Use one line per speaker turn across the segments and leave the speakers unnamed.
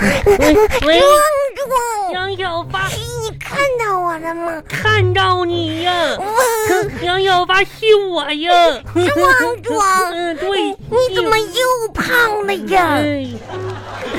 喂，
壮壮，
杨小八，
你看到我了吗？
看到你呀，
哇，
杨小八是我呀。
壮壮，
嗯， 对，
你怎么又胖了呀？
哎，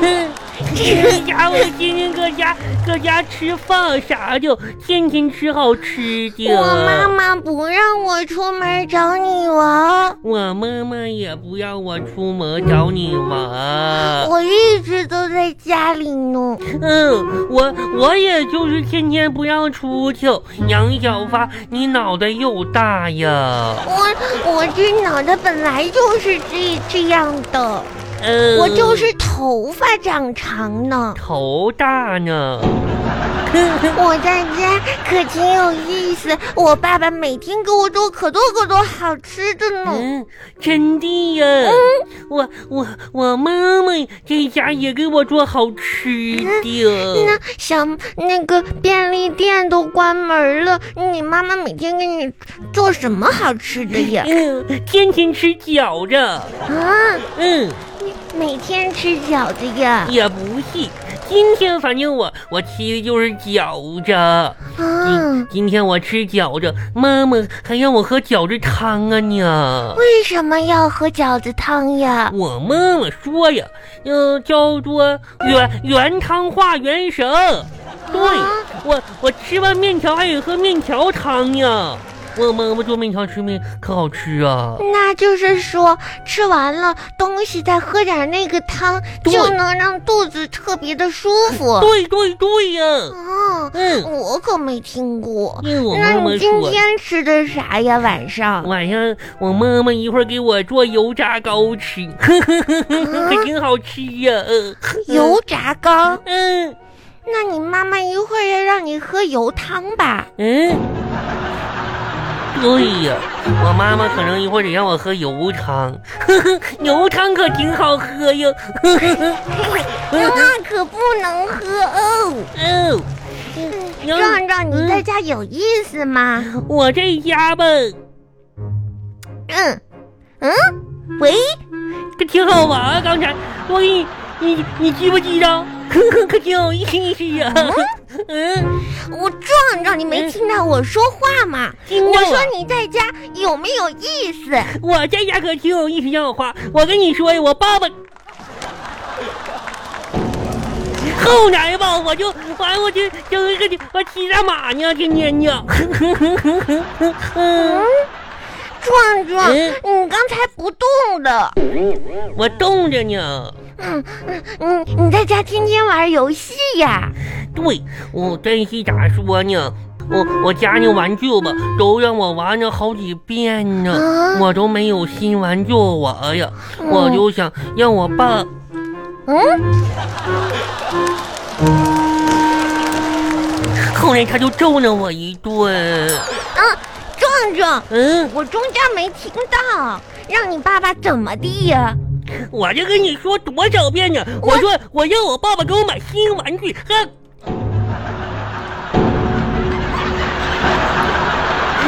哼，这家伙天天搁家搁家吃饭啥的，天天吃好吃的。
我妈妈不让我出门找你哦玩，
我妈妈也不让我出门找你玩。
我一直都在家里呢。
嗯，我我也就是天天不让出去。杨小发，你脑袋又大呀？
我我这脑袋本来就是这这样的，
嗯，
我就是头发长长呢。
头大呢。
我在家可挺有意思，我爸爸每天给我做可多可多好吃的呢。
嗯，真的呀！我我我妈妈在家也给我做好吃的
嗯那。小那个便利店都关门了，你妈妈每天给你做什么好吃的 呀？
嗯，天天吃饺子。
啊，
嗯，
每天吃饺子呀？
也不是，今天反正我我吃的就是饺子。
啊
今，今天我吃饺子，妈妈还让我喝饺子汤啊呢。
为什么要喝饺子汤呀？
我妈妈说呀，嗯、叫做原原汤化原神。对
啊，
我我吃完面条还得喝面条汤呀。我妈妈做面条吃面可好吃啊。
那就是说，吃完了东西再喝点那个汤，
对
就能让肚子特别的舒服。
对对对呀，
哦，
嗯，
我可没听过。
因为我
那
妈妈
你今
说。嗯
天吃的啥呀？晚上？
晚上我妈妈一会儿给我做油炸糕吃， 可挺好吃呀、嗯
油炸糕？
嗯
那你妈妈一会儿要让你喝油汤吧？
嗯，对呀，我妈妈可能一会儿得让我喝油汤， 油汤可挺好喝呀。嗯
那可不能喝哦。
哦，有
壮壮，你
嗯
在家有意思吗？
我这家吧，
嗯，嗯，喂，
可挺好玩啊。刚才我给你，你你记不记得？ 可挺有意思呀、 嗯，
我壮壮，你没
嗯
听到我说话吗？
听
我
到了
说你在家有没有意思？
我这家可挺有意思，让我花。我跟你说呀，我爸爸。后来吧，我就完，我就就个我骑着马呢，天天呢。 嗯
嗯，壮壮，
嗯
你刚才不动的。
我冻着呢。
嗯嗯，你你在家天天玩游戏呀？
对，我真是咋说呢？我我家那玩具吧，都让我玩了好几遍呢，
啊
我都没有新玩具玩呀。我
嗯
就想让我爸，
嗯，
后来他就揍了我一顿。
嗯壮壮，
嗯，
我中间没听到，让你爸爸怎么地呀？
我就跟你说多少遍呢？
我
我说我让我爸爸给我买新玩具，哼。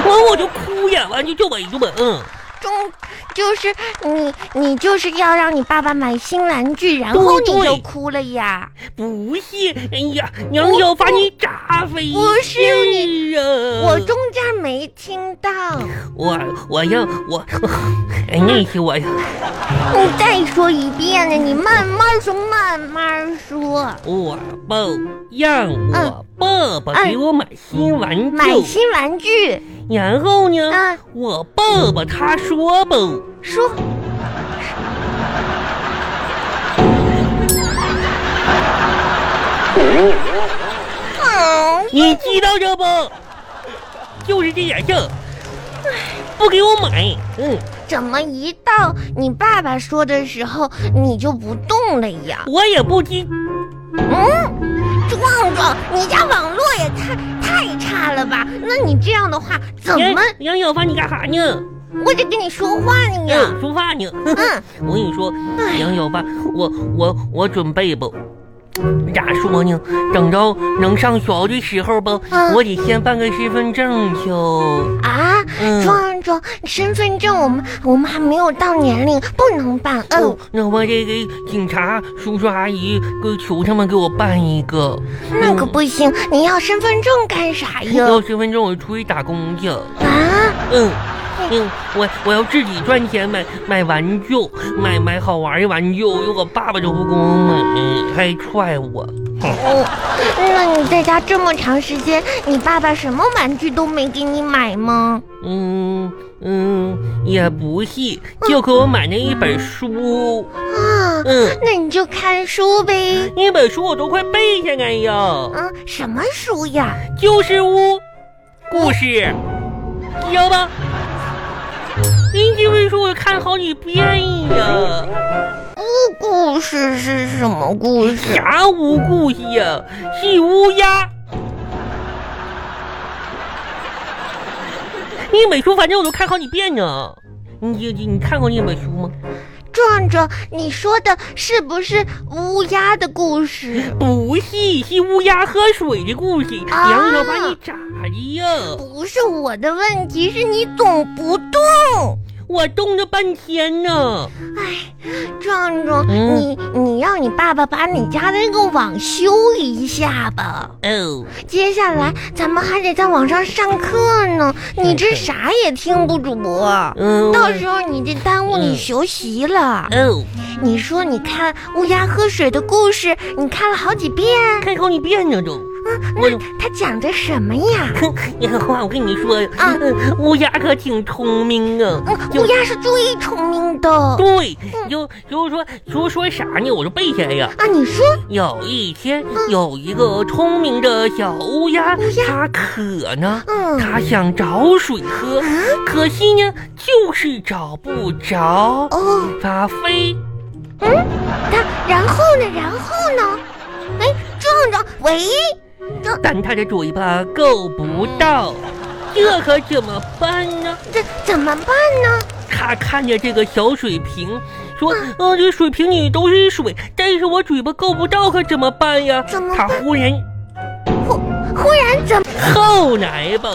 完我就哭呀，完就就我一顿，嗯，
中就是你，你就是要让你爸爸买新玩具，然后
对
你就
对
哭了呀？
不是，哎呀，娘要把你炸飞呀！
不是
你呀，
我中间没听到，
我我要我，哎，那是我呀，
你再说一遍呢，你慢慢说，慢慢说。
我爸让我爸爸
嗯
给我买新玩
买
具，
新玩具，
然后呢，
嗯，
我爸爸他说吧，
说，嗯，
你知道这不？就是这点事儿，不给我买，嗯，
怎么一到你爸爸说的时候，你就不动了呀？
我也不知，
嗯，壮壮，你家网络也太太差了吧？那你这样的话，怎
杨
么
杨小芳你干啥呢？
我得跟你说话呢哎呀？
嗯，说话呢。
嗯，
我跟你说，杨小八，我我我准备吧，咋说呢？等到能上学的时候吧，
嗯
我得先办个身份证去。
啊，
嗯
壮壮，身份证我们我们还没有到年龄，不能办。嗯
哦，，那我得给警察叔叔阿姨、给求他们给我办一个。
那可
嗯
不行，你要身份证干啥 呀？
要身份证，我出去打工去。
啊，
嗯，嗯，我我要自己赚钱买买玩具，买买好玩的玩具。如果爸爸都不给我买，还踹我。
嗯，那你在家这么长时间，你爸爸什么玩具都没给你买吗？
嗯嗯，也不是，就给我买那一本书。
啊，
嗯，
那你就看书呗。
那本书我都快背下来呀，
嗯，什么书呀？
就是屋故事，知道吧？您这本书我看好几遍呀。
这故事是什么故事？啊
啥无故事呀？是乌鸦。那本书反正我都看好几遍呢。你你你看过那本书吗？
壮壮，你说的是不是乌鸦的故事？
不是，是乌鸦喝水的故事。
啊
杨柳把你咋的呀？
不是我的问题，是你总不动。
我动了半天呢。
壮壮，
嗯
你你让你爸爸把你家的那个网修一下吧。
哦，
接下来咱们还得在网上上课呢，你这啥也听不主播。
嗯，
到时候你这耽误你
嗯
学习了。
哦，
你说你看乌鸦喝水的故事，你看了好几遍，嗯
看好几遍呢都。 我
那它讲的什么呀？
哼，话我跟你说，
啊
嗯乌鸦可挺聪明啊。
嗯，
就
乌鸦是最聪明的啊！
对，就就是说，就是说啥呢？我就背下来呀。
啊你说
有一天，有一个聪明的小乌鸦，它渴呢，
嗯啊
它想找水喝，可惜呢，就是找不着。
哦，
它飞，
它嗯然后呢？然后呢？哎，壮壮，喂，
但它的嘴巴够不到，这可怎么办呢？
这怎么办呢？
它看着这个小水瓶，说：“嗯、这水瓶里都是水，但是我嘴巴够不到，可怎么办呀？”
怎么
它忽然
忽忽然怎么？
后来吧，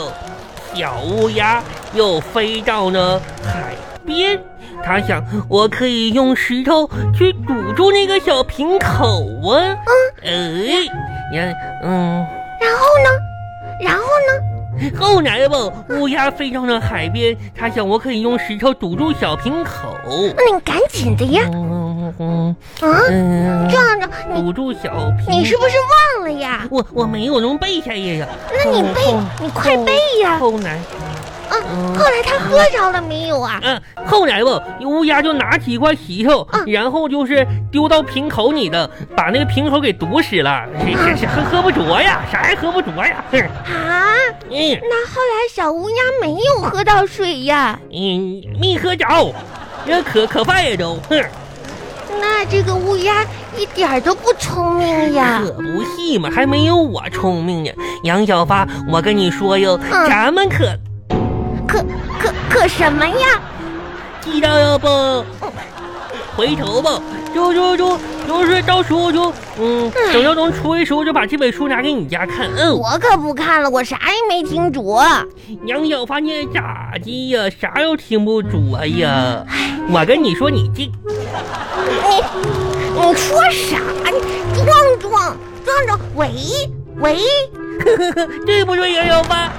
小乌鸦又飞到了海边，它想，我可以用石头去堵住那个小瓶口啊。嗯，哎，呀，嗯。
然后呢？然后呢？
后来吧，乌鸦飞到了海边，它想，我可以用石头堵住小瓶口。
那你赶紧的呀！
嗯嗯
啊，
嗯，
壮壮，你
堵住小瓶。
你是不是忘了呀？
我我没有能背下来呀。
那你背
后，
你快背呀！
后来，
嗯
嗯
后来他喝着了没有啊？
嗯，后来吧，乌鸦就拿起一块石头，
嗯
然后就是丢到瓶口里了，把那个瓶口给堵死了。谁谁谁喝喝不着呀，啥也喝不着呀。哼
啊，
嗯
那后来小乌鸦没有喝到水呀？
嗯，没喝着，那可可坏了都。哼，
那这个乌鸦一点儿都不聪明呀！
可不是嘛，还没有我聪明呢。杨小发，我跟你说哟，
嗯
咱们可
可可可什么呀？
知道要不？回头吧，就就就就是到时候就嗯，等到能出的时候就把这本书拿给你家看。嗯。
我可不看了，我啥也没听着。
杨小发现咋的呀？啥都听不着呀！我跟你说，你这
你哎你说啥？你壮壮壮壮，喂喂，
对不对，杨小发？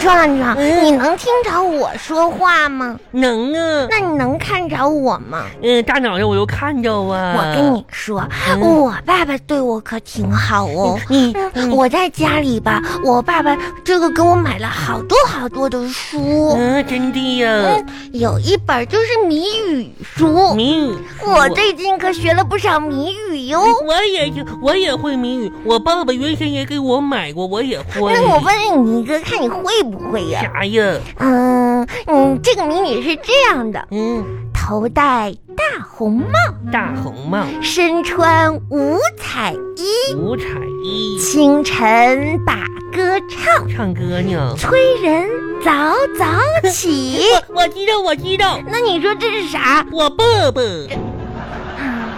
壮壮，
嗯
你能听着我说话吗？
能啊，
那你能看着我吗？
嗯，大脑袋我都看着啊。
我跟你说，
嗯
我爸爸对我可挺好哦。
你
嗯我在家里吧，我爸爸这个给我买了好多好多的书，
嗯，真的呀
嗯，有一本就是谜语书。
谜语。啊
我最近可学了不少谜语哟。
我也是，我也会谜语。我爸爸原先也给我买过，我也会。
那我问你一个，看你会不会呀、
啥呀？
嗯嗯，这个谜语是这样的：
嗯，
头戴大红帽，
大红帽，
身穿五彩衣，
五彩衣，
清晨把歌唱，
唱歌呢。
催人早早起。
我我知道，我知道，
那你说这是啥？
我爸爸。
啊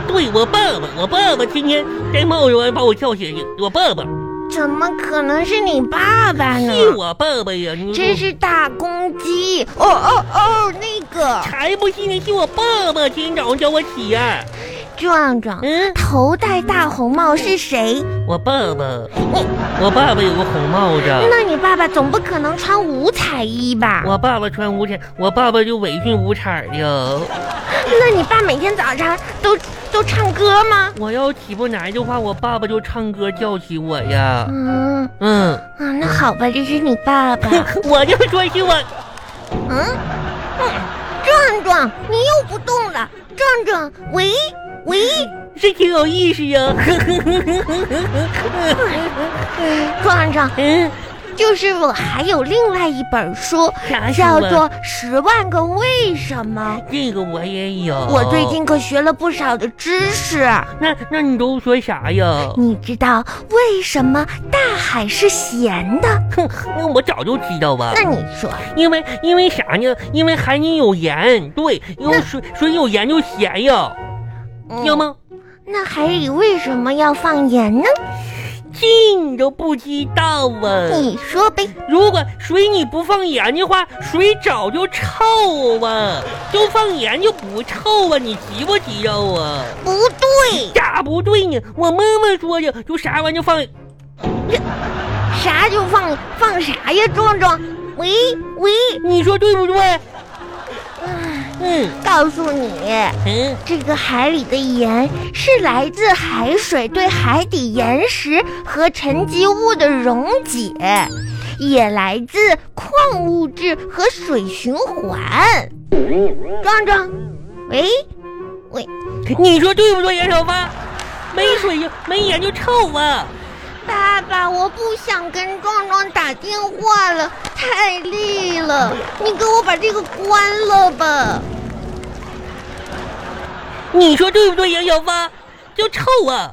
对对我爸爸，我爸爸今天戴帽子完把我叫醒，我爸爸
怎么可能是你爸爸呢？
是我爸爸呀！你
这是大公鸡！哦哦哦，那个
才不信呢，是我爸爸今天早上叫我起呀、
壮壮，
嗯，
头戴大红帽是谁？
我爸爸，我爸爸有个红帽子，
那你爸爸总不可能穿五彩衣吧？
我爸爸穿五彩，我爸爸就伪训五彩的哟。
那你爸每天早上都都唱歌吗？
我要起不来的话，我爸爸就唱歌叫起我呀。
嗯
嗯，
啊，那好吧，这是你爸爸。
我就说是我，
嗯，嗯，壮壮，你又不动了。壮壮，喂喂，
是挺有意思呀。
壮壮，
嗯，
就是我还有另外一本书，
啥时候
叫
啊
做《十万个为什么
这个我也有。》。
我最近可学了不少的知识。
那那你都说啥呀？
你知道为什么大海是咸的？
哼，那我早就知道吧
那。你说，
因为因为啥呢？因为海里有盐，对，因为水水有盐就咸呀，
嗯
要吗？
那海里为什么要放盐呢？
这你都不知道啊！
你说呗。
如果水你不放盐的话，水早就臭啊，就放盐就不臭啊，你急不急道啊？
不对，
咋不对呢？我妈妈说的，就啥玩意儿就放，
啥就放放啥呀，壮壮。喂喂，
你说对不对？
唉
嗯
告诉你，
嗯，
这个海里的盐是来自海水对海底岩石和沉积物的溶解，也来自矿物质和水循环。壮壮，喂喂，
你说对不对，杨小发？没水就没盐就臭啊！
爸爸，我不想跟壮壮打电话了，太累了，你给我把这个关了吧。
你说对不对，杨小发？就臭啊！